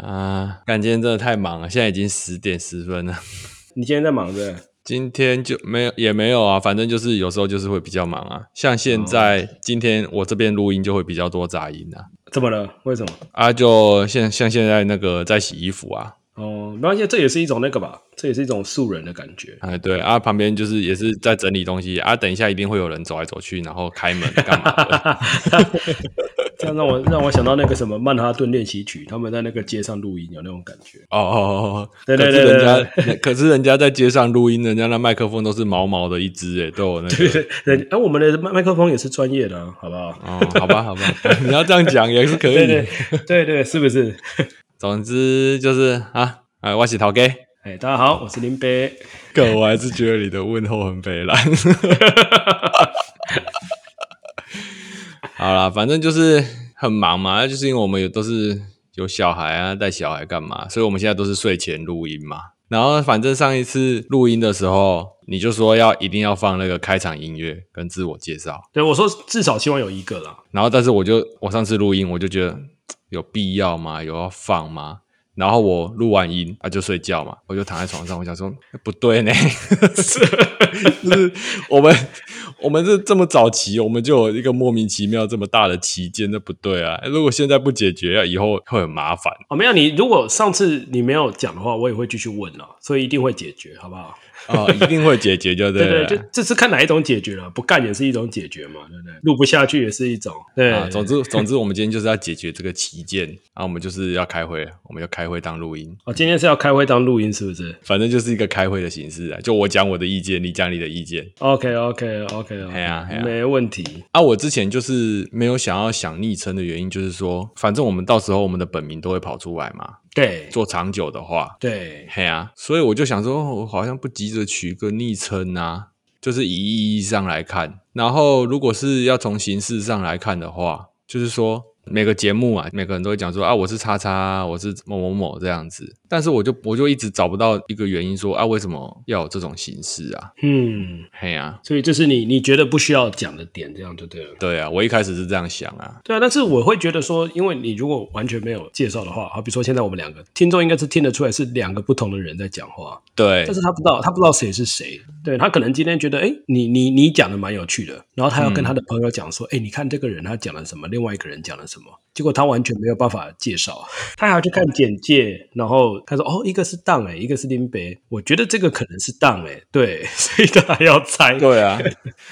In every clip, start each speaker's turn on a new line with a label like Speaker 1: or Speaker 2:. Speaker 1: 啊，干今天真的太忙了，现在已经十点十分了。
Speaker 2: 你今天在忙着？
Speaker 1: 今天就没有也没有啊，反正就是有时候就是会比较忙啊。像
Speaker 2: 哦
Speaker 1: 现在、今天我这边录音就会比较多杂音啊。
Speaker 2: 怎么了？为什么？
Speaker 1: 啊，就现像现在那个在洗衣服啊，
Speaker 2: 哦，没关系，这也是一种那个吧，这也是一种素人的感觉。
Speaker 1: 哎对啊，旁边就是也是在整理东西啊。等一下一定会有人走来走去，然后开门干嘛的？
Speaker 2: 这样让我让我想到那个什么曼哈顿练习曲，他们在那个街上录音有那种感觉。
Speaker 1: 哦哦哦哦，
Speaker 2: 对
Speaker 1: 可
Speaker 2: 对
Speaker 1: 是
Speaker 2: 对
Speaker 1: 人家可是人家在街上录音，人家那麦克风都是毛毛的一只诶，都有那个。
Speaker 2: 对，哎、我们的麦麦克风也是专业的啊、好不好？哎
Speaker 1: 哦，好吧， 好吧，你要这样讲也是可以。
Speaker 2: 对对对对，是不是？
Speaker 1: 总之就是啊，哎，我是陶 K，
Speaker 2: 哎、大家好，我是林北。
Speaker 1: 可我还是觉得你的问候很北蓝。 好啦，反正就是很忙嘛，就是因为我们有都是有小孩啊，带小孩干嘛，所以我们现在都是睡前录音嘛。然后反正上一次录音的时候，你就说要一定要放那个开场音乐跟自我介绍，
Speaker 2: 对我说，至少希望有一个啦。
Speaker 1: 然后但是我就我上次录音我就觉得有必要吗？有要放吗？然后我录完音啊就睡觉嘛，我就躺在床上，我想说诶不对呢， 就是我们我们是这么早期，我们就有一个莫名其妙这么大的期间，那不对啊！如果现在不解决，以后会很麻烦。
Speaker 2: 哦，没有你，如果上次你没有讲的话，我也会继续问啦，所以一定会解决，好不好？
Speaker 1: 啊、一定会解决，就对
Speaker 2: 对啊
Speaker 1: 了。
Speaker 2: 对，就这是看哪一种解决了，不干也是一种解决嘛，对不对？录不下去也是一种，对，
Speaker 1: 啊，总之总之，我们今天就是要解决这个期间，然、后我们就是要开会，我们就开会当录音，
Speaker 2: 哦，今天是要开会当录音是不是
Speaker 1: 反正就是一个开会的形式啊。就我讲我的意见，你讲你的意见。
Speaker 2: ？OK OK OK，
Speaker 1: 哎呀哎呀
Speaker 2: 没问题。
Speaker 1: 啊，我之前就是没有想要想昵称的原因，就是说，反正我们到时候我们的本名都会跑出来嘛。
Speaker 2: 对
Speaker 1: 做长久的话，
Speaker 2: 对，
Speaker 1: 嘿啊，所以我就想说，哦我好像不急着取个昵称啊，就是以意义上来看。然后，如果是要从形式上来看的话，就是说每个节目啊，每个人都会讲说啊，我是叉叉，我是某某某这样子。但是我就我就一直找不到一个原因说啊，为什么要有这种形式啊？
Speaker 2: 嗯，
Speaker 1: 嘿啊，
Speaker 2: 所以这是你你觉得不需要讲的点，这样就对了。
Speaker 1: 对啊，我一开始是这样想啊，
Speaker 2: 对啊，但是我会觉得说，因为你如果完全没有介绍的话，好比说现在我们两个听众应该是听得出来是两个不同的人在讲话，
Speaker 1: 对
Speaker 2: 但，是他不知道，他不知道谁是谁。对他可能今天觉得，哎，你你你讲的蛮有趣的，然后他要跟他的朋友讲
Speaker 1: 嗯
Speaker 2: 说，哎、你看这个人他讲了什么，另外一个人讲了什么，结果他完全没有办法介绍，他还要去看简介，然后他说，哦，一个是当哎、一个是林北，我觉得这个可能是当哎、对，所以他还要猜。
Speaker 1: 对啊，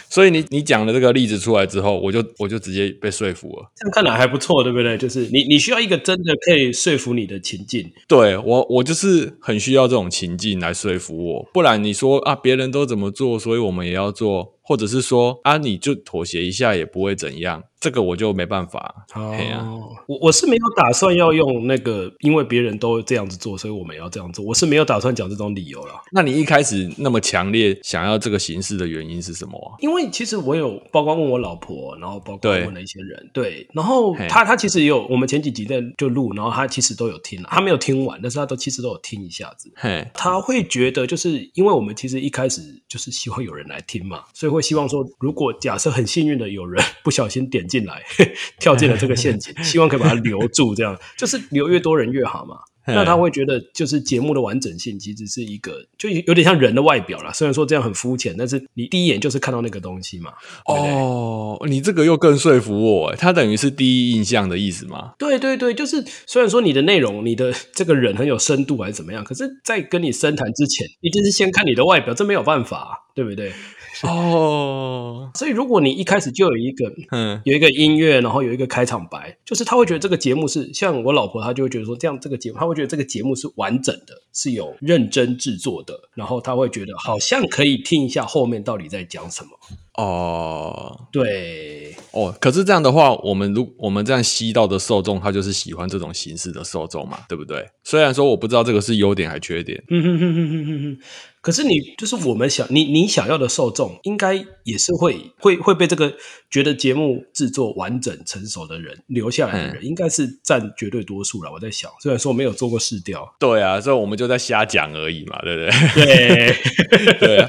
Speaker 1: 所以你你讲的这个例子出来之后，我就我就直接被说服了。
Speaker 2: 这样看来还不错，对不对？就是你你需要一个真的可以说服你的情境，
Speaker 1: 对我我就是很需要这种情境来说服我，不然你说啊别人都怎么做，所以我们也要做，或者是说啊你就妥协一下也不会怎样，这个我就没办法。嘿啊
Speaker 2: 哦，我我是没有打算要用那个，因为别人都这样子做，所以我们也要这样做。我是没有打算讲这种理由啦，
Speaker 1: 那你一开始那么强烈想要这个形式的原因是什么啊？
Speaker 2: 因为其实我有包括问我老婆，然后包括
Speaker 1: 对
Speaker 2: 问了一些人，对，然后
Speaker 1: 嘿
Speaker 2: 他他其实也有，我们前几集在就录，然后他其实都有听啦，他没有听完，但是他都其实都有听一下子。
Speaker 1: 嘿，
Speaker 2: 他会觉得，就是因为我们其实一开始就是希望有人来听嘛，所以会希望说，如果假设很幸运的有人不小心点进来， 跳进了这个 陷阱，希望可以把它留住，这样就是留越多人越好嘛。
Speaker 1: 嘿
Speaker 2: 那他会觉得，就是节目的完整性其实是一个，就有点像人的外表啦。虽然说这样很肤浅，但是你第一眼就是看到那个东西嘛。对不对
Speaker 1: 哦，你这个又更说服我，它等于是第一印象的意思 吗？
Speaker 2: 对对对，就是虽然说你的内容、你的这个人很有深度还是怎么样，可是，在跟你深谈之前，一定是先看你的外表，这没有办法啊、对不对？
Speaker 1: 哦，
Speaker 2: 所以，如果你一开始就有一个
Speaker 1: 嗯，
Speaker 2: 有一个音乐，然后有一个开场白，就是他会觉得这个节目是像我老婆，她就会觉得说这样这个节目，她会觉得这个节目是完整的，是有认真制作的，然后她会觉得好像可以听一下后面到底在讲什么。
Speaker 1: 哦，
Speaker 2: 对，
Speaker 1: 哦，可是这样的话，我们如我们这样吸到的受众，他就是喜欢这种形式的受众嘛，对不对？虽然说我不知道这个是优点还缺点，
Speaker 2: 嗯哼哼哼哼哼哼。可是你就是我们想你你想要的受众，应该也是会会会被这个觉得节目制作完整成熟的人留下来的人，应该是占绝对多数了。我在想，虽然说没有做过试调。
Speaker 1: 对啊，所以我们就在瞎讲而已嘛，对不对？
Speaker 2: 对，
Speaker 1: 对啊，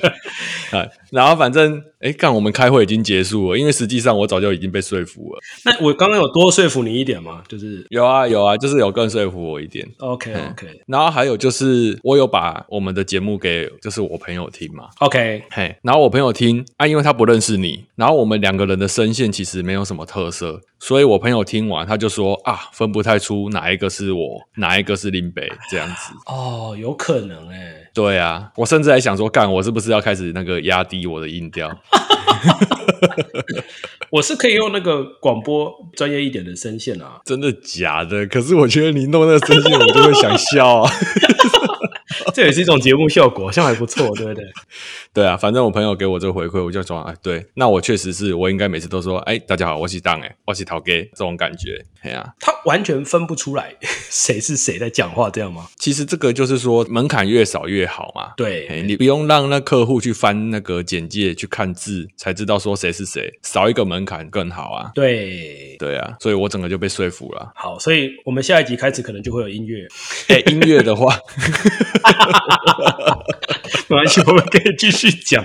Speaker 1: 啊然后反正哎，干我们开会已经结束了，因为实际上我早就已经被说服了。
Speaker 2: 那我刚刚有多说服你一点吗？就是
Speaker 1: 有啊有啊，就是有更说服我一点。
Speaker 2: OK OK
Speaker 1: 然后还有就是，我有把我们的节目给就是我朋友听嘛，
Speaker 2: OK，
Speaker 1: 嘿，然后我朋友听啊，因为他不认识你，然后我们两个人的声线其实没有什么特色，所以我朋友听完他就说啊，分不太出哪一个是我，哪一个是林北这样子。
Speaker 2: 哦，有可能哎、
Speaker 1: 对啊，我甚至还想说，干我是不是要开始那个压低我的音调？
Speaker 2: 我是可以用那个广播专业一点的声线啊。
Speaker 1: 真的假的？可是我觉得你弄那个声线，我就会想笑啊。
Speaker 2: 这也是一种节目效果，好像还不错，对不 对？
Speaker 1: 对啊，反正我朋友给我这个回馈，我就说，哎，对，那我确实是我应该每次都说，哎，大家好，我是当哎，我是陶给这种感觉，哎呀、
Speaker 2: 他完全分不出来 谁是谁在讲话，这样吗？
Speaker 1: 其实这个就是说门槛越少越好嘛。
Speaker 2: 对，
Speaker 1: 嘿你不用让那客户去翻那个简介去看字，才知道说谁是谁，少一个门槛更好啊。
Speaker 2: 对，
Speaker 1: 对啊，所以我整个就被说服了。
Speaker 2: 好，所以我们下一集开始可能就会有音乐，
Speaker 1: 哎、音乐的话，
Speaker 2: 没关系，我们可以继续讲。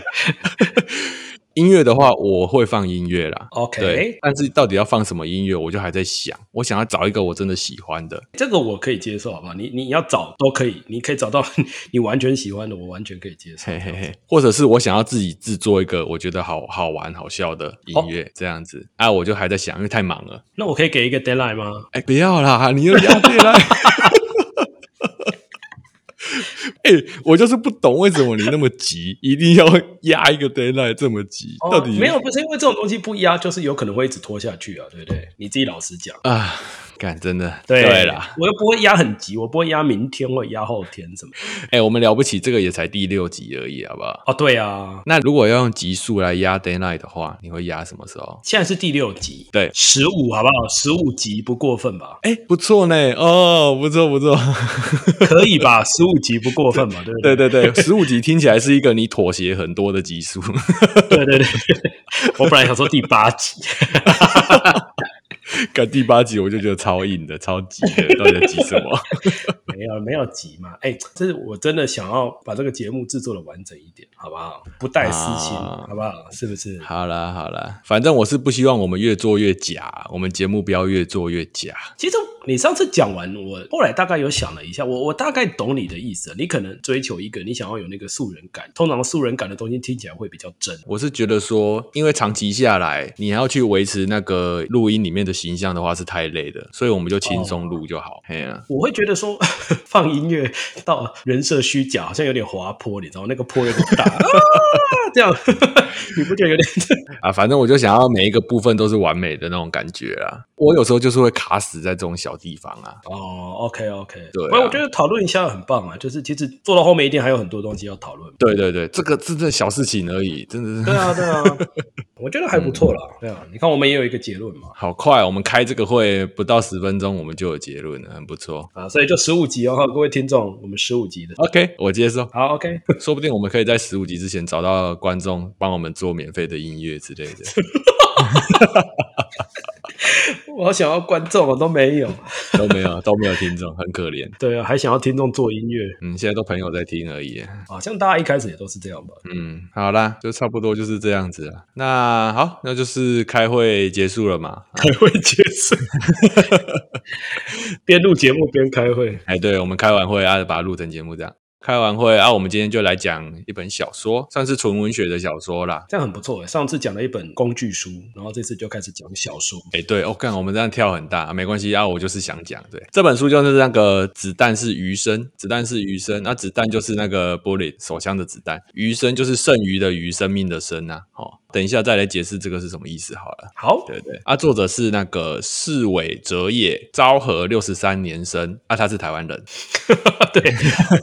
Speaker 1: 音乐的话，我会放音乐啦。对
Speaker 2: OK，，
Speaker 1: 但是到底要放什么音乐，我就还在想。我想要找一个我真的喜欢的。
Speaker 2: 这个我可以接受，好不好？你你要找都可以，你可以找到 你完全喜欢的，我完全可以接受。
Speaker 1: 嘿嘿嘿，或者是我想要自己制作一个我觉得好好玩、好笑的音乐，这样子啊，我就还在想，因为太忙了。
Speaker 2: 那我可以给一个 deadline 吗？
Speaker 1: 哎、不要啦，你又压对了。 哎、我就是不懂为什么你那么急，一定要压一个 deadline 这么急，到底
Speaker 2: 哦、没有？不是因为这种东西不压，就是有可能会一直拖下去啊，对不对？你自己老实讲。
Speaker 1: 啊？干真的啦，
Speaker 2: 我又不会压很急，我不会压明天或压后天什么。
Speaker 1: 哎、我们了不起，这个也才第六集而已，好不好？
Speaker 2: 哦，对啊，
Speaker 1: 那如果要用集数来压 deadline 的话，你会压什么时候？
Speaker 2: 现在是第六集，
Speaker 1: 对
Speaker 2: 十五好不好？十五集不过分吧？
Speaker 1: 哎、不错呢，哦，不错不错，
Speaker 2: 可以吧？十五集不过分吧？对不
Speaker 1: 对
Speaker 2: 对？
Speaker 1: 对对，十五集听起来是一个你妥协很多的集数。
Speaker 2: 对对对我本来想说第八集，
Speaker 1: 干第八集我就觉得超硬的，超急的，到底在急什么？
Speaker 2: 没有没有集嘛？哎，这是我真的想要把这个节目制作的完整一点，好不好？不带私心，
Speaker 1: 啊
Speaker 2: 好不好？是不是？
Speaker 1: 好啦好啦，反正我是不希望我们越做越假，我们节目不要越做越假。
Speaker 2: 其实你上次讲完，我后来大概有想了一下，我我大概懂你的意思。你可能追求一个你想要有那个素人感，通常素人感的东西听起来会比较真。
Speaker 1: 我是觉得说，因为长期下来，你还要去维持那个录音里面的形象的话，是太累的，所以我们就轻松录就好。嘿啊，
Speaker 2: 我会觉得说 放音乐到人设虚假，好像有点滑坡，你知道吗？那个坡有点 大，啊、这样 你不觉得有点？
Speaker 1: 啊，反正我就想要每一个部分都是完美的那种感觉啊。我有时候就是会卡死在这种小地方啊。
Speaker 2: 哦，OK OK，
Speaker 1: 对啊
Speaker 2: 我觉得讨论一下很棒啊，就是其实做到后面一定还有很多东西要讨论。
Speaker 1: 对对对，这个真的小事情而已，真的是
Speaker 2: 对啊，对啊， 我觉得还不错啦。
Speaker 1: 嗯
Speaker 2: 对啊，你看我们也有一个结论嘛，
Speaker 1: 好快。我们开这个会不到十分钟，我们就有结论了，很不错。
Speaker 2: 啊，所以就十五集哦，各位听众，我们十五集的。
Speaker 1: OK，我接受。
Speaker 2: 好，OK，
Speaker 1: 说不定我们可以在十五集之前找到观众帮我们做免费的音乐之类的。
Speaker 2: 我好想要观众，我都没有。
Speaker 1: 都没有，都没有听众，很可怜。
Speaker 2: 对啊，还想要听众做音乐，
Speaker 1: 嗯，现在都朋友在听而已。
Speaker 2: 好像大家一开始也都是这样吧。
Speaker 1: 嗯，好啦，就差不多就是这样子了。那好，那就是开会结束了嘛。
Speaker 2: 开会结束， 边录节目边开会。
Speaker 1: 哎，对，我们开完会啊，把它录成节目这样。开完会啊，我们今天就来讲一本小说，算是纯文学的小说啦。
Speaker 2: 这样很不错诶，欸上次讲了一本工具书，然后这次就开始讲小说。
Speaker 1: 哎，对，我、哦、看我们这样跳很大，啊没关系啊，我就是想讲，对，这本书就是那个子弹是余生，子弹是余生，那子弹就是那个 bullet 手枪的子弹，余生就是剩余的余，生命的生啊，哦，等一下再来解释这个是什么意思好了。
Speaker 2: 好，
Speaker 1: 对对，啊，作者是那个市尾哲也，昭和六十三年生，啊，他是台湾人，
Speaker 2: 对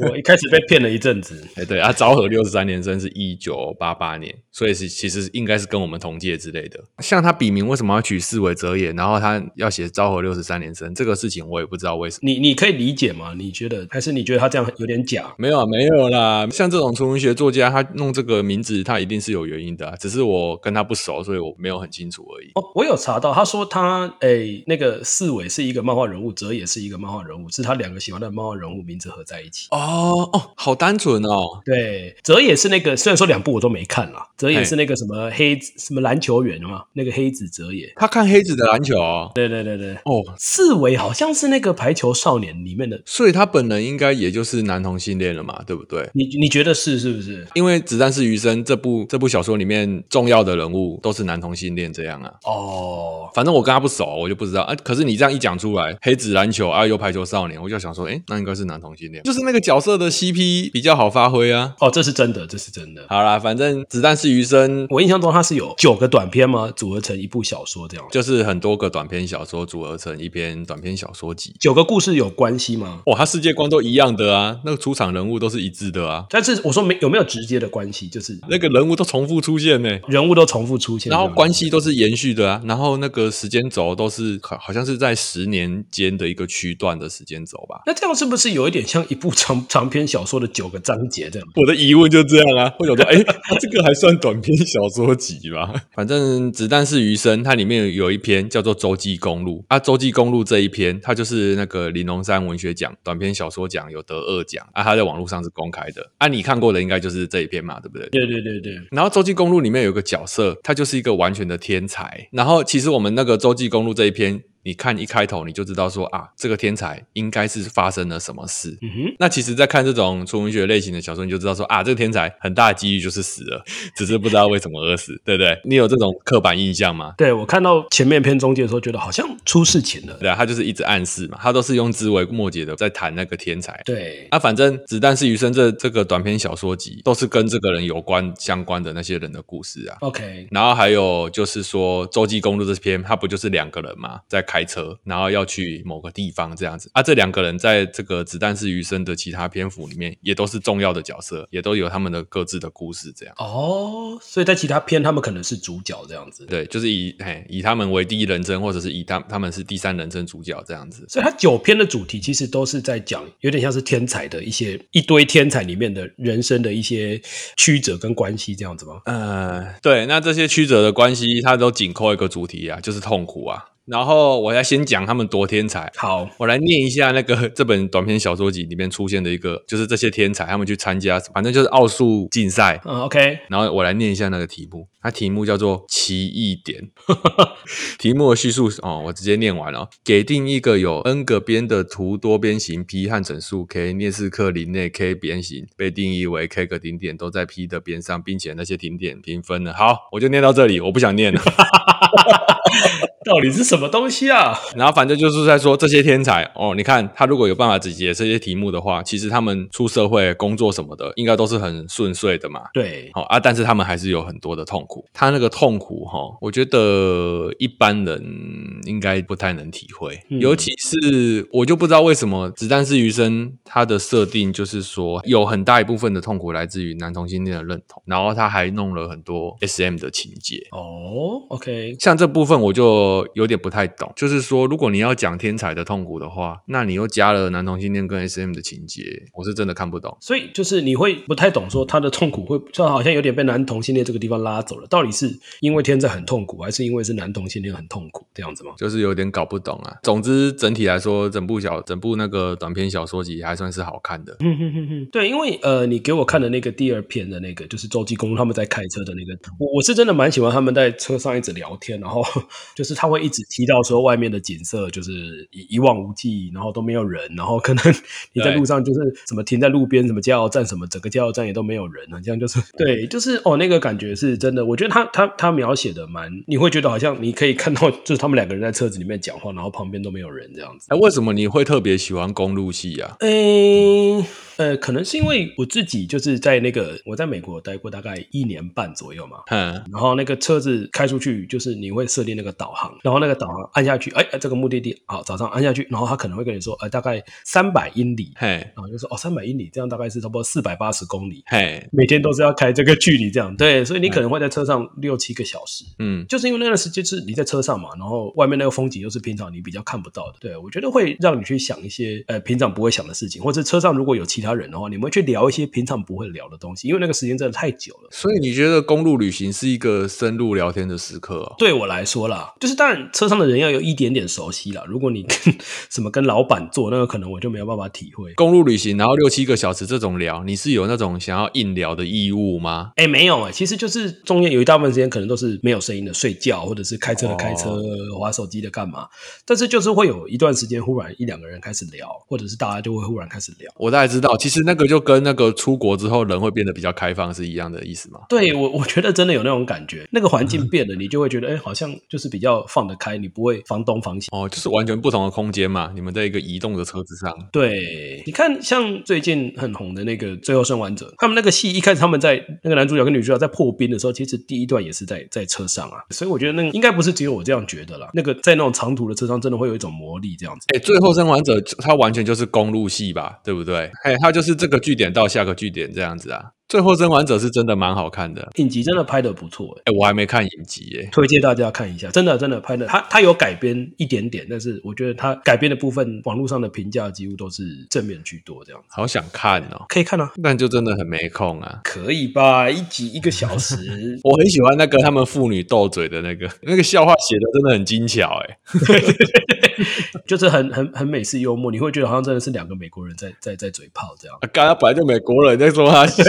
Speaker 2: 我一开始被骗了一阵子。
Speaker 1: 哎，对，啊，昭和六十三年生是一九八八年，所以是其实应该是跟我们同届之类的。像他笔名为什么要取四尾哲也，然后他要写昭和六十三年生这个事情，我也不知道为什么。
Speaker 2: 你你可以理解吗？你觉得还是你觉得他这样有点假？
Speaker 1: 没有啊，没有啦。像这种纯文学作家，他弄这个名字，他一定是有原因的啊、只是我跟他不熟，所以我没有很清楚而已。
Speaker 2: 哦，我有查到，他说他诶、那个四尾是一个漫画人物，哲也是一个漫画人物，是他两个喜欢的漫画人物名字合在一起。
Speaker 1: 哦哦哦，好单纯哦，
Speaker 2: 对，泽也是那个，虽然说两部我都没看啦，泽也
Speaker 1: 嘿
Speaker 2: 是那个什么黑子什么篮球员嘛，那个黑子泽也。
Speaker 1: 他看黑子的篮球哦，
Speaker 2: 对对对对，
Speaker 1: 哦
Speaker 2: 四维好像是那个排球少年里面的，
Speaker 1: 所以他本人应该也就是男同性恋了嘛，对不对？
Speaker 2: 你你觉得是是不是？
Speaker 1: 因为《子弹是余生》这部这部小说里面重要的人物都是男同性恋这样啊。
Speaker 2: 哦，
Speaker 1: 反正我跟他不熟，我就不知道啊。可是你这样一讲出来，黑子篮球啊，有排球少年，我就想说，哎、那应该是男同性恋，就是那个角色的 CP 比较好发挥啊。
Speaker 2: 哦，这是真的，这是真的。
Speaker 1: 好啦，反正《子弹是余生》
Speaker 2: 我印象中它是有九个短片嘛，组合成一部小说这样。
Speaker 1: 就是很多个短篇小说组合成一篇短篇小说集。
Speaker 2: 九个故事有关系吗？
Speaker 1: 哇，他世界观都一样的啊，那个出场人物都是一致的啊，
Speaker 2: 但是我说没有没有直接的关系，就是
Speaker 1: 那个人物都重复出现呢、
Speaker 2: 人物都重复出现这
Speaker 1: 然
Speaker 2: 样，
Speaker 1: 后关系都是延续的啊，然后那个时间轴都是好好像是在十年间的一个区段的时间轴吧。
Speaker 2: 那这样是不是有一点像一部长长篇小说的九个章节这样？
Speaker 1: 我的疑问就这样啊，会想说，哎、这个还算短篇小说集吧？ 反正《子弹是余生》，它里面有一篇叫做《洲际公路》啊，《洲际公路》这一篇，它就是那个玲珑山文学奖短篇小说奖有得二奖啊，它在网络上是公开的啊，你看过的应该就是这一篇嘛，对不对？
Speaker 2: 对对对对，
Speaker 1: 然后《洲际公路》里面有个角色，他就是一个完全的天才。然后其实我们那个《洲际公路》这一篇，你看一开头你就知道说啊，这个天才应该是发生了什么事。
Speaker 2: 嗯哼。
Speaker 1: 那其实，在看这种纯文学类型的小说，你就知道说啊，这个天才很大的几率就是死了，只是不知道为什么而死，对不对？你有这种刻板印象吗？
Speaker 2: 对我看到前面篇中间的时候，觉得好像出事情了。
Speaker 1: 对啊，他就是一直暗示嘛，他都是用枝微末节的在谈那个天才。
Speaker 2: 对，
Speaker 1: 啊，反正《子弹是余生》这这个短篇小说集都是跟这个人有关相关的那些人的故事啊。
Speaker 2: OK，
Speaker 1: 然后还有就是说，洲际公路这篇，它不就是两个人嘛，在开车，然后要去某个地方这样子啊。这两个人在这个《子弹是余生》的其他篇幅里面，也都是重要的角色，也都有他们的各自的故事这样。
Speaker 2: 哦，所以在其他篇他们可能是主角这样子，
Speaker 1: 对，就是以嘿以他们为第一人称，或者是以他他们是第三人称主角这样子。
Speaker 2: 所以他九篇的主题其实都是在讲，有点像是天才的一些一堆天才里面的人生的一些曲折跟关系这样子吗？
Speaker 1: 呃，对，那这些曲折的关系，它都紧扣一个主题啊，就是痛苦啊。然后我要先讲他们多天才，
Speaker 2: 好，
Speaker 1: 我来念一下那个这本短篇小说集里面出现的一个，就是这些天才他们去参加，反正就是奥数竞赛。
Speaker 2: 嗯，OK，
Speaker 1: 然后我来念一下那个题目，它题目叫做“奇异点”。 题目的叙述是哦，我直接念完了哦。给定一个有 n 个边的图多边形 P 和整数 k 涅斯克林内 k 边形，被定义为 k 个顶点都在 P 的边上，并且那些顶点平分了。好，我就念到这里，我不想念了。
Speaker 2: 到底是什么东西啊？
Speaker 1: 然后反正就是在说这些天才哦，你看他如果有办法解决这些题目的话，其实他们出社会工作什么的，应该都是很顺遂的嘛。
Speaker 2: 对，
Speaker 1: 好、啊，但是他们还是有很多的痛苦。他那个痛苦哈、我觉得一般人应该不太能体会，
Speaker 2: 嗯
Speaker 1: 尤其是我就不知道为什么《子弹是余生》它的设定就是说，有很大一部分的痛苦来自于男同性恋的认同，然后他还弄了很多 SM 的情节。
Speaker 2: 哦，OK，
Speaker 1: 像这部分我就有点不太懂，就是说，如果你要讲天才的痛苦的话，那你又加了男同性恋跟 SM 的情节，我是真的看不懂。
Speaker 2: 所以就是你会不太懂说他的痛苦会，就好像有点被男同性恋这个地方拉走了。到底是因为天才很痛苦，还是因为是男同性恋很痛苦这样子吗？
Speaker 1: 就是有点搞不懂啊。总之，整体来说，整部小整部那个短篇小说集还算是好看的。
Speaker 2: 嗯哼哼哼，对，因为呃，你给我看的那个第二篇的那个，就是洲际公路他们在开车的那个，我我是真的蛮喜欢他们在车上一直聊天，然后就是他会一直提到说外面的景色就是一一望无际，然后都没有人，然后可 能你在
Speaker 1: 对
Speaker 2: 路上就是什么停在路边什么加油站什么，整个加油站也都没有人啊，这样就是对，就是哦，那个感觉是真的，我觉得他他他描写的蛮，你会觉得好像你可以看到就是他们两个人在车子里面讲话，然后旁边都没有人这样子。
Speaker 1: 哎、为什么你会特别喜欢公路戏啊？
Speaker 2: 诶、呃，可能是因为我自己就是在那个我在美国待过大概一年半左右嘛，
Speaker 1: 哼，
Speaker 2: 然后那个车子开出去，就是你会设定那个导航，然后那个导航按下去，哎，哎这个目的地好，早上按下去，然后他可能会跟你说，呃，大概三百英里，
Speaker 1: 嘿，
Speaker 2: 然后就说哦，三百英里，这样大概是差不多四百八十公里，
Speaker 1: 嘿，
Speaker 2: 每天都是要开这个距离，这样对，所以你可能会在车上六七个小时，
Speaker 1: 嗯，
Speaker 2: 就是因为那段时间是你在车上嘛，然后外面那个风景又是平常你比较看不到的，对我觉得会让你去想一些呃平常不会想的事情，或者车上如果有其他人的话，你们会去聊一些平常不会聊的东西，因为那个时间真的太久了。
Speaker 1: 所以你觉得公路旅行是一个深入聊天的时刻哦？
Speaker 2: 对我来说啦，就是当然车上的人要有一点点熟悉啦。如果你跟什么跟老板做，那个可能我就没有办法体会。
Speaker 1: 公路旅行，然后六七个小时这种聊，你是有那种想要硬聊的义务吗？
Speaker 2: 哎，没有哎、其实就是中间有一大部分时间可能都是没有声音的睡觉，或者是开车的开车，划、手机的干嘛。但是就是会有一段时间，忽然一两个人开始聊，或者是大家就会忽然开始聊。
Speaker 1: 我大概知道，其实那个就跟那个出国之后人会变得比较开放是一样的意思嘛。
Speaker 2: 对我，我觉得真的有那种感觉，那个环境变了，你就会觉得，哎、好像就是比较放得开，你不会防东防西。
Speaker 1: 哦，就是完全不同的空间嘛。你们在一个移动的车子上，
Speaker 2: 对，你看，像最近很红的那个《最后生还者》，他们那个戏一开始他们在那个男主角跟女主角在破冰的时候，其实第一段也是在在车上啊，所以我觉得那个应该不是只有我这样觉得啦。那个在那种长途的车上，真的会有一种魔力这样子。
Speaker 1: 哎，最后生还者它完全就是公路戏吧，对不对？哎，它就是这个据点到下个据点这样子啊。最后生还者是真的蛮好看的，
Speaker 2: 影集真的拍的不错、欸，
Speaker 1: 哎，我还没看影集耶。
Speaker 2: 推荐大家看一下，真的真的拍的，他他有改编一点点，但是我觉得他改编的部分，网络上的评价几乎都是正面居多，这样子
Speaker 1: 好想看哦，
Speaker 2: 可以看啊，
Speaker 1: 但就真的很没空啊。，
Speaker 2: 可以吧？一集一个小时
Speaker 1: 我很喜欢那个他们父女斗嘴的那个，那个笑话写的真的很精巧哎、
Speaker 2: 就是很很很美式幽默，你会觉得好像真的是两个美国人在在在嘴炮这样，
Speaker 1: 啊，刚他本来就美国人，在说他小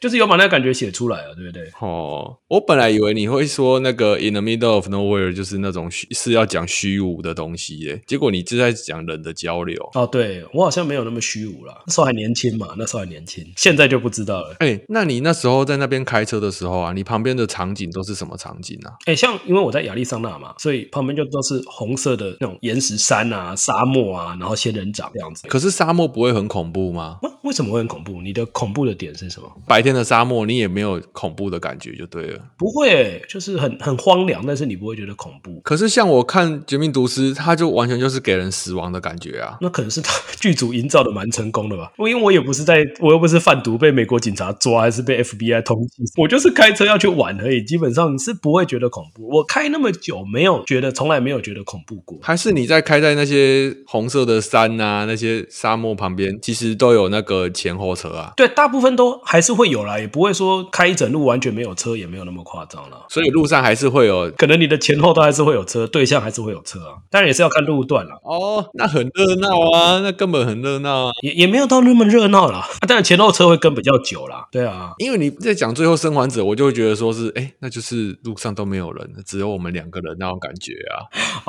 Speaker 2: 就是有把那个感觉写出来了，对不对？
Speaker 1: 哦，我本来以为你会说那个 in the middle of nowhere 就是那种虚是要讲虚无的东西耶，结果你是在讲人的交流。
Speaker 2: 哦，对我好像没有那么虚无啦，那时候还年轻嘛，那时候还年轻，现在就不知道了。
Speaker 1: 哎、那你那时候在那边开车的时候啊，你旁边的场景都是什么场景啊？
Speaker 2: 哎，像因为我在亚利桑那嘛，所以旁边就都是红色的那种岩石山啊、沙漠啊，然后仙人掌这样子。
Speaker 1: 可是沙漠不会很恐怖吗？
Speaker 2: 哇为什么会很恐怖？你的恐怖的点是什么？
Speaker 1: 白天的沙漠你也没有恐怖的感觉就对了。
Speaker 2: 不会、就是很很荒凉，但是你不会觉得恐怖。
Speaker 1: 可是像我看《绝命毒师》，它就完全就是给人死亡的感觉啊。
Speaker 2: 那可能是他 剧组营造的蛮成功的吧，因为我也不是在，我又不是贩毒被美国警察抓，还是被 FBI 通缉，我就是开车要去玩而已，基本上是不会觉得恐怖。我开那么久，没有觉得，从来没有觉得恐怖过。
Speaker 1: 还是你在开在那些红色的山啊，那些沙漠旁边，其实都有那个前后车啊，
Speaker 2: 对，大部分都还是会有啦，也不会说开一整路完全没有车，也没有那么夸张啦。
Speaker 1: 所以路上还是会有。
Speaker 2: 可能你的前后都还是会有车，对象还是会有车啊，当然也是要看路段啦，
Speaker 1: 哦，那很热闹啊，那根本很热闹啊。
Speaker 2: 也也没有到那么热闹啦。啊、当然前后车会跟比较久啦，对啊，
Speaker 1: 因为你在讲最后生还者，我就会觉得说是，哎，那就是路上都没有人，只有我们两个人那种感觉啊，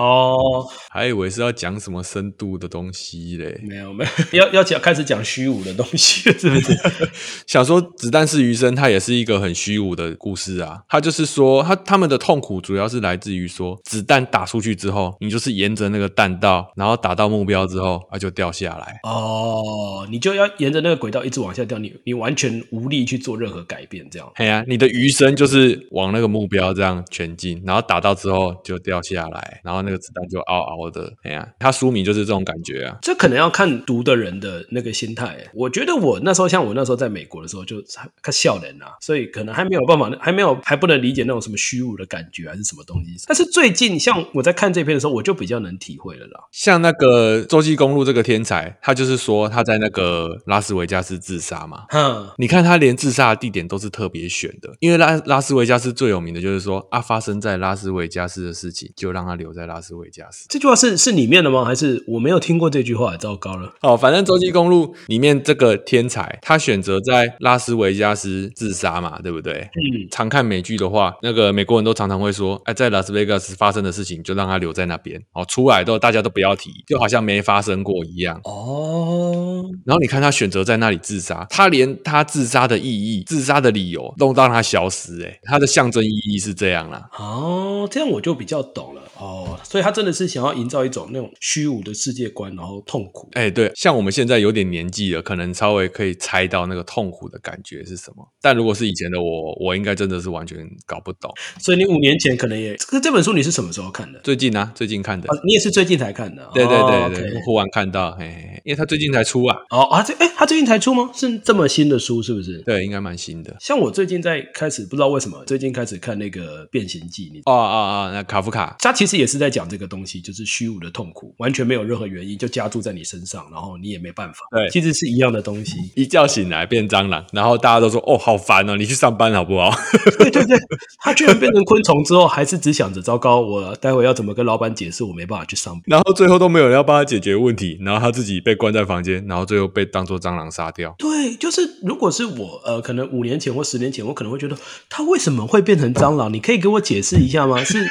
Speaker 2: 哦，
Speaker 1: 还以为是要讲什么深度的东西嘞，
Speaker 2: 没有没有， 要要讲开始讲虚无的东西了，是不是？
Speaker 1: 想说《子弹是余生》，它也是一个很虚无的故事啊。它就是说，他他们的痛苦主要是来自于说，子弹打出去之后，你就是沿着那个弹道，然后打到目标之后，啊它就掉下来。
Speaker 2: 哦，你就要沿着那个轨道一直往下掉，你你完全无力去做任何改变，这样。
Speaker 1: 哎呀、你的余生就是往那个目标这样前进，然后打到之后就掉下来，然后那个子弹就嗷嗷的。哎呀、它书名就是这种感觉啊。
Speaker 2: 这可能要看读的人的那个心态。我觉得我那时候，像我那时候在美国的时候，就看笑人啊，所以可能还没有办法，还没有还不能理解那种什么虚无的感觉还是什么东西。但是最近像我在看这篇的时候，我就比较能体会了啦。
Speaker 1: 像那个洲际公路这个天才，他就是说他在那个拉斯维加斯自杀嘛，
Speaker 2: 哼，
Speaker 1: 你看他连自杀的地点都是特别选的，因为拉拉斯维加斯最有名的就是说啊，发生在拉斯维加斯的事情就让他留在拉斯维加斯。
Speaker 2: 这句话是是里面的吗？还是我没有听过这句话？糟糕了。
Speaker 1: 哦，反正洲际公路里面这个天才，他选择在拉斯维加斯自杀嘛，对不对？
Speaker 2: 嗯，
Speaker 1: 常看美剧的话，那个美国人都常常会说，哎，在拉斯维加斯发生的事情就让他留在那边，哦，出来都大家都不要提，就好像没发生过一样。
Speaker 2: 哦，
Speaker 1: 然后你看他选择在那里自杀，他连他自杀的意义、自杀的理由都让他消失、欸，他的象征意义是这样啦。
Speaker 2: 哦，这样我就比较懂了。哦，所以他真的是想要营造一种那种虚无的世界观，然后痛苦。
Speaker 1: 哎、对，像我们现在有点年纪了，可能稍微可以猜到那个痛苦的感觉是什么。但如果是以前的我，我应该真的是完全搞不懂。
Speaker 2: 所以你五年前可能也，可是这本书你是什么时候看的？
Speaker 1: 最近呢、啊，最近看的，
Speaker 2: 啊，你也是最近才看的？
Speaker 1: 对对
Speaker 2: 哦
Speaker 1: 对对，
Speaker 2: OK
Speaker 1: 忽然看到，嘿嘿嘿，因为他最近才出啊，
Speaker 2: 哦啊，这哎，他最近才出吗？是这么新的书是不是？
Speaker 1: 对，应该蛮新的。
Speaker 2: 像我最近在开始，不知道为什么，最近开始看那个《变形记》，你
Speaker 1: 哦哦哦，那卡夫卡，
Speaker 2: 他其实也是在讲这个东西，就是虚无的痛苦，完全没有任何原因，就加注在你身上，然后你也没办法。
Speaker 1: 对
Speaker 2: 其实是一样的东西。
Speaker 1: 一觉醒来变蟑螂，然后大家都说哦，好烦哦，你去上班好不好？
Speaker 2: 对对对，他居然变成昆虫之后，还是只想着糟糕，我待会要怎么跟老板解释，我没办法去上班。
Speaker 1: 然后最后都没有人要帮他解决问题，然后他自己被关在房间，然后最后被当做蟑螂杀掉。
Speaker 2: 对，就是如果是我，呃，可能五年前或十年前，我可能会觉得它为什么会变成蟑螂？你可以给我解释一下吗？是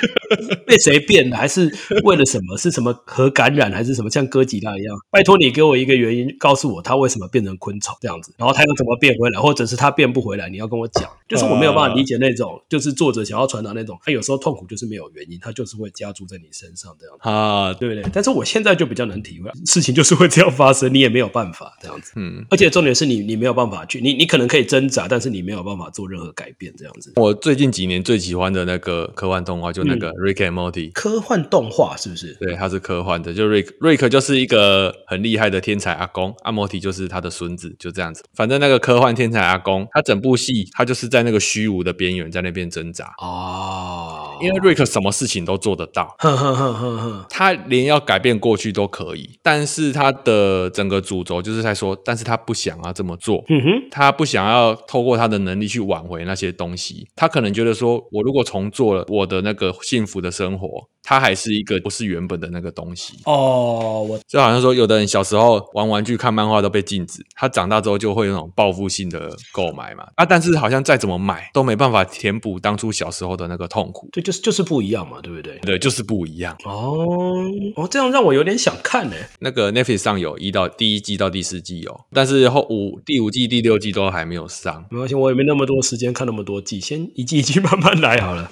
Speaker 2: 被谁变的，还是为了什么？是什么核感染，还是什么像哥吉拉一样？拜托你给我一个原因，告诉我它为什么变成昆虫这样子，然后它又怎么变回来，或者是它变不回来？你要跟我讲，就是我没有办法理解那种，就是作者想要传达那种，他有时候痛苦就是没有原因，他就是会加注在你身上这样子，
Speaker 1: 啊，
Speaker 2: 对不对？但是我现在就比较能体会，事情就是会这样发生，你也没有办法这样子。
Speaker 1: 嗯，
Speaker 2: 而且重点是你，你没有办法去，你你可能可以挣扎，但是你没有办法做任何改变，这样子。
Speaker 1: 我最近几年最喜欢的那个科幻动画就那个
Speaker 2: 嗯
Speaker 1: 《Rick and Morty》。
Speaker 2: 科幻动画是不是？
Speaker 1: 对，它是科幻的，就瑞克，瑞克就是一个很厉害的天才阿公，阿莫提就是他的孙子，就这样子。反正那个科幻天才阿公，他整部戏他就是在那个虚无的边缘，在那边挣扎。
Speaker 2: 哦，
Speaker 1: 因为瑞克什么事情都做得到，
Speaker 2: 哼哼哼哼哼，
Speaker 1: 他连要改变过去都可以，但是他的整个主轴就是在说，但是他不想要这么做，
Speaker 2: 嗯哼，
Speaker 1: 他不想要透过他的能力去挽回那些东西。他可能觉得说，我如果重做了我的那个幸福的生活，它还是一个不是原本的那个东西。
Speaker 2: 哦，我
Speaker 1: 就好像说，有的人小时候玩玩具、看漫画都被禁止，他长大之后就会有那种报复性的购买嘛。啊，但是好像再怎么买都没办法填补当初小时候的那个痛苦。
Speaker 2: 对，就是就是不一样嘛，对不对？
Speaker 1: 对，就是不一样。
Speaker 2: 哦，哦，这样让我有点想看呢、
Speaker 1: 那个 Netflix 上有一到第一季到第四季有，但是后五第五季、第六季都还没有上。
Speaker 2: 没关系，我也没那么多时间看那么多季，先一季一季慢慢来好了。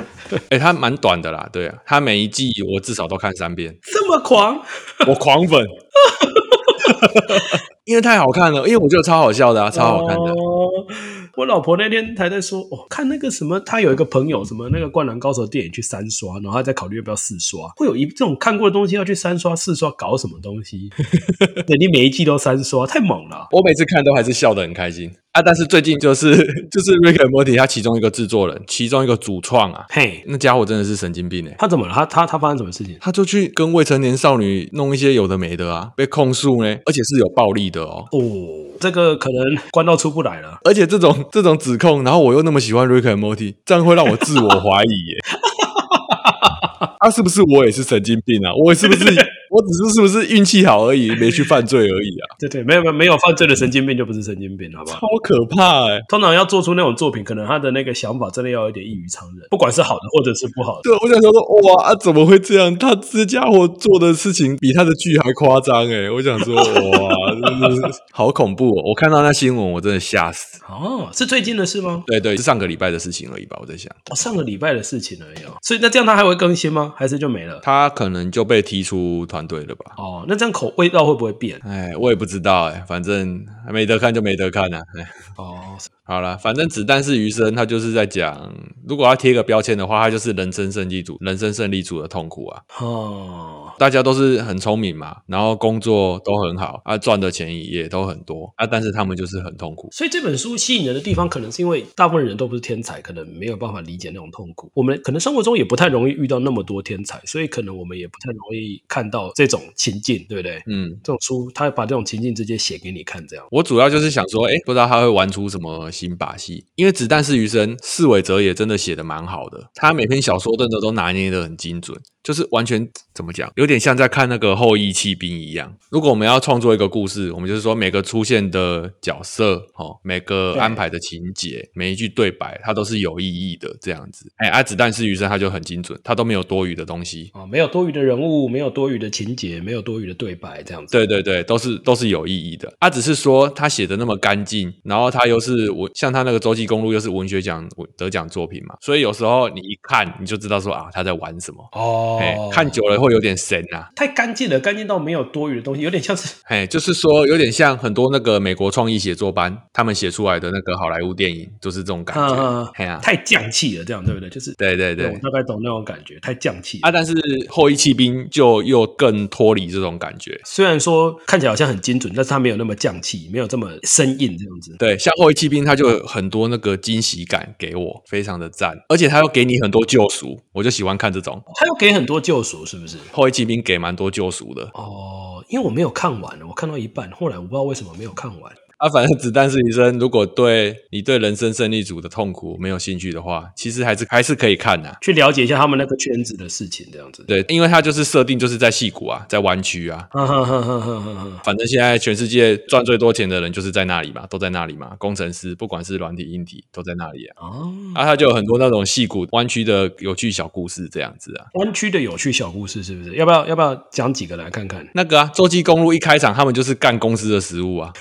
Speaker 1: 哎，它蛮短的啦，对啊，它每一季我至少都看三遍，
Speaker 2: 这么狂，
Speaker 1: 我狂粉， 因为太好看了，因为我觉得超好笑的啊，超好看的。
Speaker 2: 哦我老婆那天还在说，哦，看那个什么，她有一个朋友什么那个《灌篮高手》电影去三刷，然后她在考虑要不要四刷。会有一这种看过的东西要去三刷四刷，搞什么 东西？对你每一季都三刷，太猛了。
Speaker 1: 我每次看都还是笑得很开心啊！但是最近就是 就是 Rick and Morty 他其中一个制作人，其中一个主创啊，
Speaker 2: 嘿，
Speaker 1: 那家伙真的是神经病哎、
Speaker 2: 他怎么了？他他他发生什么事情？
Speaker 1: 他就去跟未成年少女弄一些有的没的啊，被控诉呢，而且是有暴力的哦。
Speaker 2: 哦，这个可能关到出不来了。
Speaker 1: 而且这种这种指控，然后我又那么喜欢 Rick and Morty，这样会让我自我怀疑 耶。啊，是不是我也是神经病啊？我是不是 我只是是不是运气好而已，没去犯罪而已啊？
Speaker 2: 对对，没有没有没有犯罪的神经病就不是神经病，好不好？
Speaker 1: 超可怕哎、
Speaker 2: 通常要做出那种作品，可能他的那个想法真的要有一点异于常人，不管是好的或者是不好的。
Speaker 1: 对，我想说说，哇、啊，怎么会这样？他这家伙做的事情比他的剧还夸张哎！我想说，哇，真的是 好恐怖、哦！我看到那新闻，我真的吓死。
Speaker 2: 哦，是最近的事吗？
Speaker 1: 对对，是上个礼拜的事情而已吧，我在想，
Speaker 2: 哦，上个礼拜的事情而已哦。所以那这样他还会更新吗？还是就没了？
Speaker 1: 他可能就被踢出团队了吧？
Speaker 2: 哦，那这样口味道会不会变？
Speaker 1: 哎，我也不知道哎，反正没得看就没得看啊。哎，
Speaker 2: 哦，
Speaker 1: 好了，反正子弹是余生，他就是在讲，如果要贴一个标签的话，他就是人生胜利组，人生胜利组的痛苦啊。
Speaker 2: 哦，
Speaker 1: 大家都是很聪明嘛，然后工作都很好啊，赚的钱也都很多啊，但是他们就是很痛苦。
Speaker 2: 所以这本书吸引人的地方，可能是因为大部分人都不是天才，可能没有办法理解那种痛苦。我们可能生活中也不太容易遇到那么多天才，所以可能我们也不太容易看到这种情境，对不对？
Speaker 1: 嗯，
Speaker 2: 这种书，他把这种情境直接写给你看，这样
Speaker 1: 我主要就是想说，哎，不知道他会玩出什么新把戏。因为《子弹是余生》，四尾哲也真的写的蛮好的，他每篇小说真的都拿捏的很精准，就是完全怎么讲，有点像在看那个《后羿弃兵》一样。如果我们要创作一个故事，我们就是说每个出现的角色，哦，每个
Speaker 2: 对
Speaker 1: 安排的情节，每一句对白，它都是有意义的这样子。哎，啊，《子弹是余生》它就很精准，它都没有多余的东西。
Speaker 2: 啊、哦，没有多余的人物，没有多余的情节，没有多余的对白，这样子。
Speaker 1: 啊对对对，都是都是有意义的。他、只是说他写的那么干净，然后他又是是文，像他那个《洲际公路》又是文学奖文得奖作品嘛，所以有时候你一看你就知道说啊他在玩什么，哎、
Speaker 2: 哦，
Speaker 1: 看久了会有点神啊。
Speaker 2: 太干净了，干净到没有多余的东西，有点像是
Speaker 1: 哎，就是说有点像很多那个美国创意写作班他们写出来的那个好莱坞电影，就是这种感
Speaker 2: 啊
Speaker 1: 觉。哎呀、
Speaker 2: 太降气了，这样对不对？就是
Speaker 1: 对对对
Speaker 2: 我。大概懂那种感觉，太降气了。
Speaker 1: 啊，但是后裔弃兵就又更脱离这种感觉。
Speaker 2: 虽然说看起来好像很精准，但是它没有那么降气，没有这么生硬这样子。
Speaker 1: 对，像后裔弃兵，他就有很多那个惊喜感给我，非常的赞，而且他要给你很多救赎，我就喜欢看这种
Speaker 2: 他又给很多救赎，是不是？
Speaker 1: 后裔弃兵给蛮多救赎的
Speaker 2: 哦，因为我没有看完，我看到一半，后来我不知道为什么没有看完。
Speaker 1: 啊。反正子弹是一生，如果对你对人生胜利组的痛苦没有兴趣的话，其实还是还是可以看的、
Speaker 2: 去了解一下他们那个圈子的事情，这样子。
Speaker 1: 对，因为它就是设定就是在戏谷啊，在湾区啊，
Speaker 2: 哈哈哈哈哈哈哈！
Speaker 1: 反正现在全世界赚最多钱的人就是在那里嘛，都在那里嘛。工程师不管是软体、硬体，都在那里啊。
Speaker 2: 哦，
Speaker 1: 啊，他就有很多那种戏骨湾区的有趣小故事这样子啊。？
Speaker 2: 湾区的有趣小故事是不是？要不要要不要讲几个来看看
Speaker 1: 那个啊，洲际公路一开场，他们就是干公司的食物啊。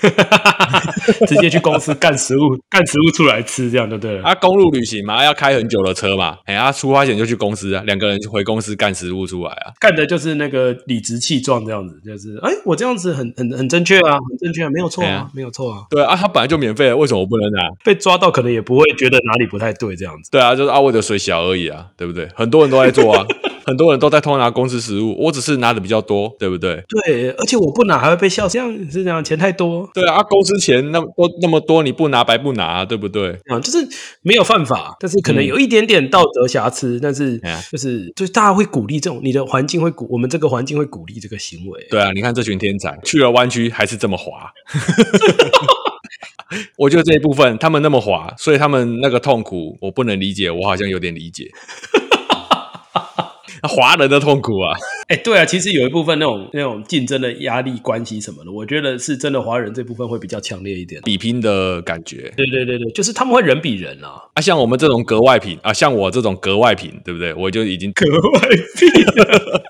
Speaker 2: 直接去公司干食物，干食物出来吃，这样对不对了？
Speaker 1: 啊，公路旅行嘛，要开很久的车嘛。哎、啊，出发前就去公司啊，两个人回公司干食物出来啊。
Speaker 2: 干的就是那个理直气壮这样子，就是哎，我这样子很很很正确啊，很正确啊，没有错
Speaker 1: 对
Speaker 2: 啊
Speaker 1: 啊，
Speaker 2: 没有错啊。
Speaker 1: 对啊，他本来就免费了，为什么我不能拿？
Speaker 2: 被抓到可能也不会觉得哪里不太对这样子。
Speaker 1: 对啊，就是啊，我的水小而已啊，对不对？很多人都在做啊，很多人都在偷拿公司食物，我只是拿的比较多，对不对？
Speaker 2: 对，而且我不拿还会被笑，这样是这样，钱太多，
Speaker 1: 对啊，啊公司钱那么多那么多，你不拿白不拿、啊，对不对？
Speaker 2: 啊，就是没有犯法，但是可能有一点点道德瑕疵，但是
Speaker 1: 哎呀
Speaker 2: 就是就是大家会鼓励这种，你的环境会鼓，我们这个环境会鼓励这个行为。
Speaker 1: 对啊，你看这群天才去了湾区还是这么滑， 我觉得这一部分他们那么滑，所以他们那个痛苦我不能理解，我好像有点理解。 华人的痛苦啊，
Speaker 2: 哎、对啊，其实有一部分那种那种竞争的压力关系什么的，我觉得是真的华人这部分会比较强烈一点。
Speaker 1: 比拼的感觉
Speaker 2: 对对对对，就是他们会人比人啊，
Speaker 1: 啊，像我们这种格外品啊，像我这种格外品，对不对？我就已 经
Speaker 2: 格外比 人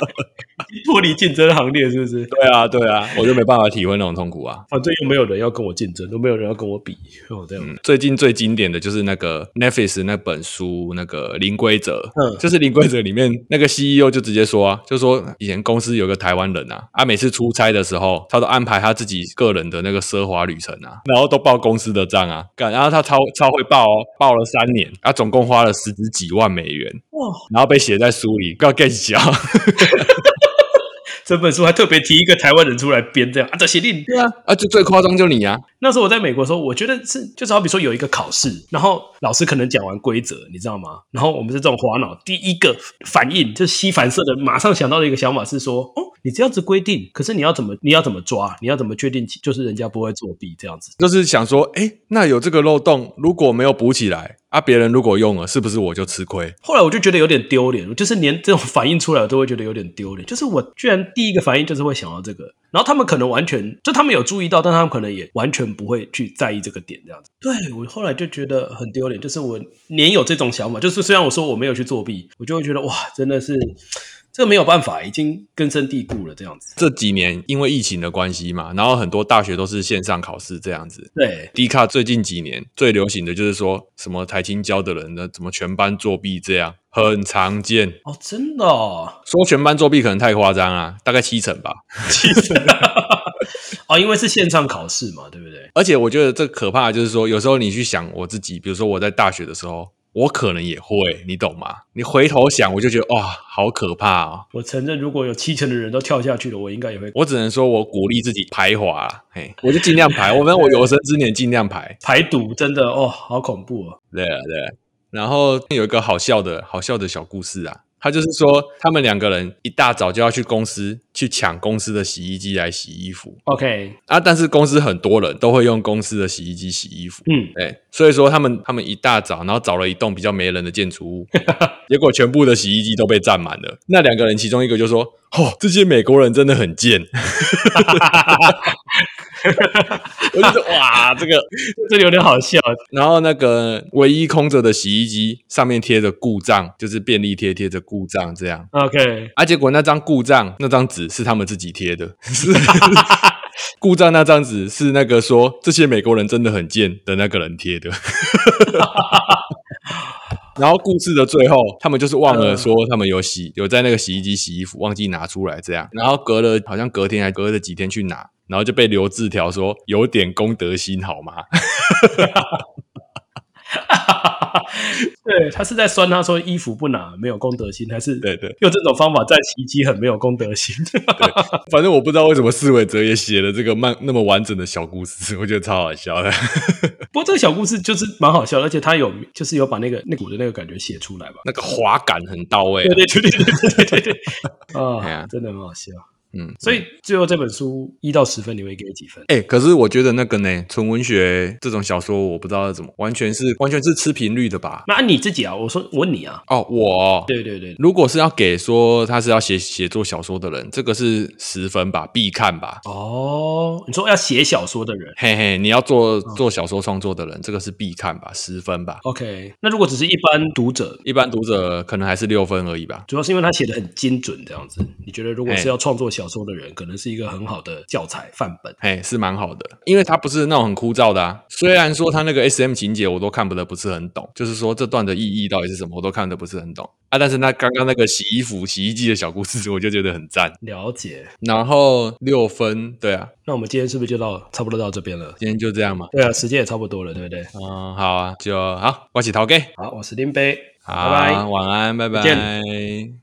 Speaker 2: 脱离竞争行列，是不是？
Speaker 1: 对啊，对啊，我就没办法体会那种痛苦啊。
Speaker 2: 反正又没有人要跟我竞争，都没有人要跟我比，哦，这样。
Speaker 1: 最近最经典的就是那个 Netflix 那本书，那个《零规则》，
Speaker 2: 嗯
Speaker 1: 就是《零规则》里面那个 CEO 就直接说啊，就说以前公司有个台湾人啊，啊每次出差的时候，他都安排他自己个人的那个奢华旅程啊，然后都报公司的账啊，干，然后他超超会报哦，报了三年，啊总共花了十几几万美元，
Speaker 2: 哇，
Speaker 1: 然后被写在书里，要更小，
Speaker 2: 这本书还特别提一个台湾人出来编这样啊，这写定
Speaker 1: 对啊，啊就最夸张就你啊，
Speaker 2: 那时候我在美国的时候，我觉得是就是好比说有一个考试，然后老师可能讲完规则，你知道吗？然后我们是这种滑脑，第一个反应就是吸反射的，马上想到的一个想法是说，哦，你这样子规定，可是你要怎么你要怎么抓，你要怎么确定就是人家不会作弊这样子？
Speaker 1: 就是想说，哎、那有这个漏洞，如果没有补起来，啊别人如果用了，是不是我就吃亏？
Speaker 2: 后来我就觉得有点丢脸，就是连这种反应出来我都会觉得有点丢脸，就是我居然第一个反应就是会想到这个，然后他们可能完全就他们有注意到，但他们可能也完全不会去在意这个点这样子。对我后来就觉得很丢脸，就是我年有这种想法，就是虽然我说我没有去作弊，我就会觉得哇，真的是这个没有办法，已经根深蒂固了这样子。
Speaker 1: 这几年因为疫情的关系嘛，然后很多大学都是线上考试这样子。
Speaker 2: 对，
Speaker 1: D 卡最近几年最流行的就是说什么台青教的人呢，怎么全班作弊这样，很常见。
Speaker 2: 哦，真的、哦。
Speaker 1: 说全班作弊可能太夸张啊，大概七成吧。
Speaker 2: 哦，因为是线上考试嘛，对不对？
Speaker 1: 而且我觉得这可怕的就是说，有时候你去想我自己，比如说我在大学的时候，我可能也会，你懂吗？你回头想，我就觉得哇、好可怕哦。
Speaker 2: 我承认，如果有七成的人都跳下去了，我应该也会
Speaker 1: 我只能说我鼓励自己排华啦，嘿，我就尽量排，我们我有生之年尽量排。
Speaker 2: 排毒，真的哦，好恐怖哦。
Speaker 1: 对啊，对啊。然后有一个好笑的、好笑的小故事啊，他就是说，他们两个人一大早就要去公司去抢公司的洗衣机来洗衣服
Speaker 2: OK，
Speaker 1: 啊，但是公司很多人都会用公司的洗衣机洗衣服，
Speaker 2: 嗯，
Speaker 1: 对，所以说他们他们一大早，然后找了一栋比较没人的建筑物， 结果全部的洗衣机都被占满了。那两个人其中一个就说：“哦，这些美国人真的很贱。” 我就说：“哇，这个
Speaker 2: 这里有点好笑。
Speaker 1: 然后那个唯一空着的洗衣机上面贴着故障，就是便利贴贴着故障这样。
Speaker 2: OK，
Speaker 1: 啊，结果那张故障那张纸是他们自己贴的，是故障那张纸是那个说这些美国人真的很贱的那个人贴的。 然后故事的最后，他们就是忘了说他们有洗有在那个洗衣机洗衣服，忘记拿出来这样。然后隔了好像隔天还隔了几天去拿，然后就被留字条说有点公德心好吗？
Speaker 2: 对他是在酸他说衣服不拿没有公德心，还是
Speaker 1: 对对
Speaker 2: 用这种方法在洗衣机很没有公德心？
Speaker 1: 反正我不知道为什么四尾哲也写了这个漫那么完整的小故事， 我觉得超好笑的。
Speaker 2: 不过这个小故事就是蛮好笑的，而且他有就是有把那个那股的那个感觉写出来吧？
Speaker 1: 那个滑感很到位、啊
Speaker 2: 对，对对对对对对对
Speaker 1: 哎呀
Speaker 2: 啊，真的很好笑。
Speaker 1: 嗯。
Speaker 2: 所以最后这本书一到十分，你会给几分？
Speaker 1: 哎、可是我觉得那个呢，纯文学这种小说，我不知道怎么，完全是完全是吃频率的吧？
Speaker 2: 那按你自己啊，我说我问你啊，
Speaker 1: 哦，我
Speaker 2: 对对对，
Speaker 1: 如果是要给说他是要写写作小说的人，这个是十分吧，必看吧。
Speaker 2: 哦，你说要写小说的人
Speaker 1: 嘿嘿，你要做做小说创作的人，这个是必看吧，十分吧。
Speaker 2: ，OK，那如果只是一般读者，
Speaker 1: 一般读者可能还是六分而已吧。
Speaker 2: 主要是因为他写的很精准，这样子，你觉得如果
Speaker 1: 哎
Speaker 2: 是要创作小说的人，可能是一个很好的教材范本。
Speaker 1: 嘿，是蛮好的，因为它不是那种很枯燥的啊。虽然说它那个 S M 情节我都看不得不是很懂，就是说这段的意义到底是什么，我都看得不是很懂啊。但是那刚刚那个洗衣服、洗衣机的小故事，我 就觉得很赞。
Speaker 2: 了解，
Speaker 1: 然后六分，对啊，
Speaker 2: 那我们今天是不是就到差不多到这边了？
Speaker 1: 今天就这样嘛。
Speaker 2: 对啊，时间也差不多了，对不对？
Speaker 1: 嗯，好啊，就好，我是陶 K，
Speaker 2: 好，我是林北，
Speaker 1: 好，
Speaker 2: 拜拜。
Speaker 1: 晚安，拜
Speaker 2: 再
Speaker 1: 拜。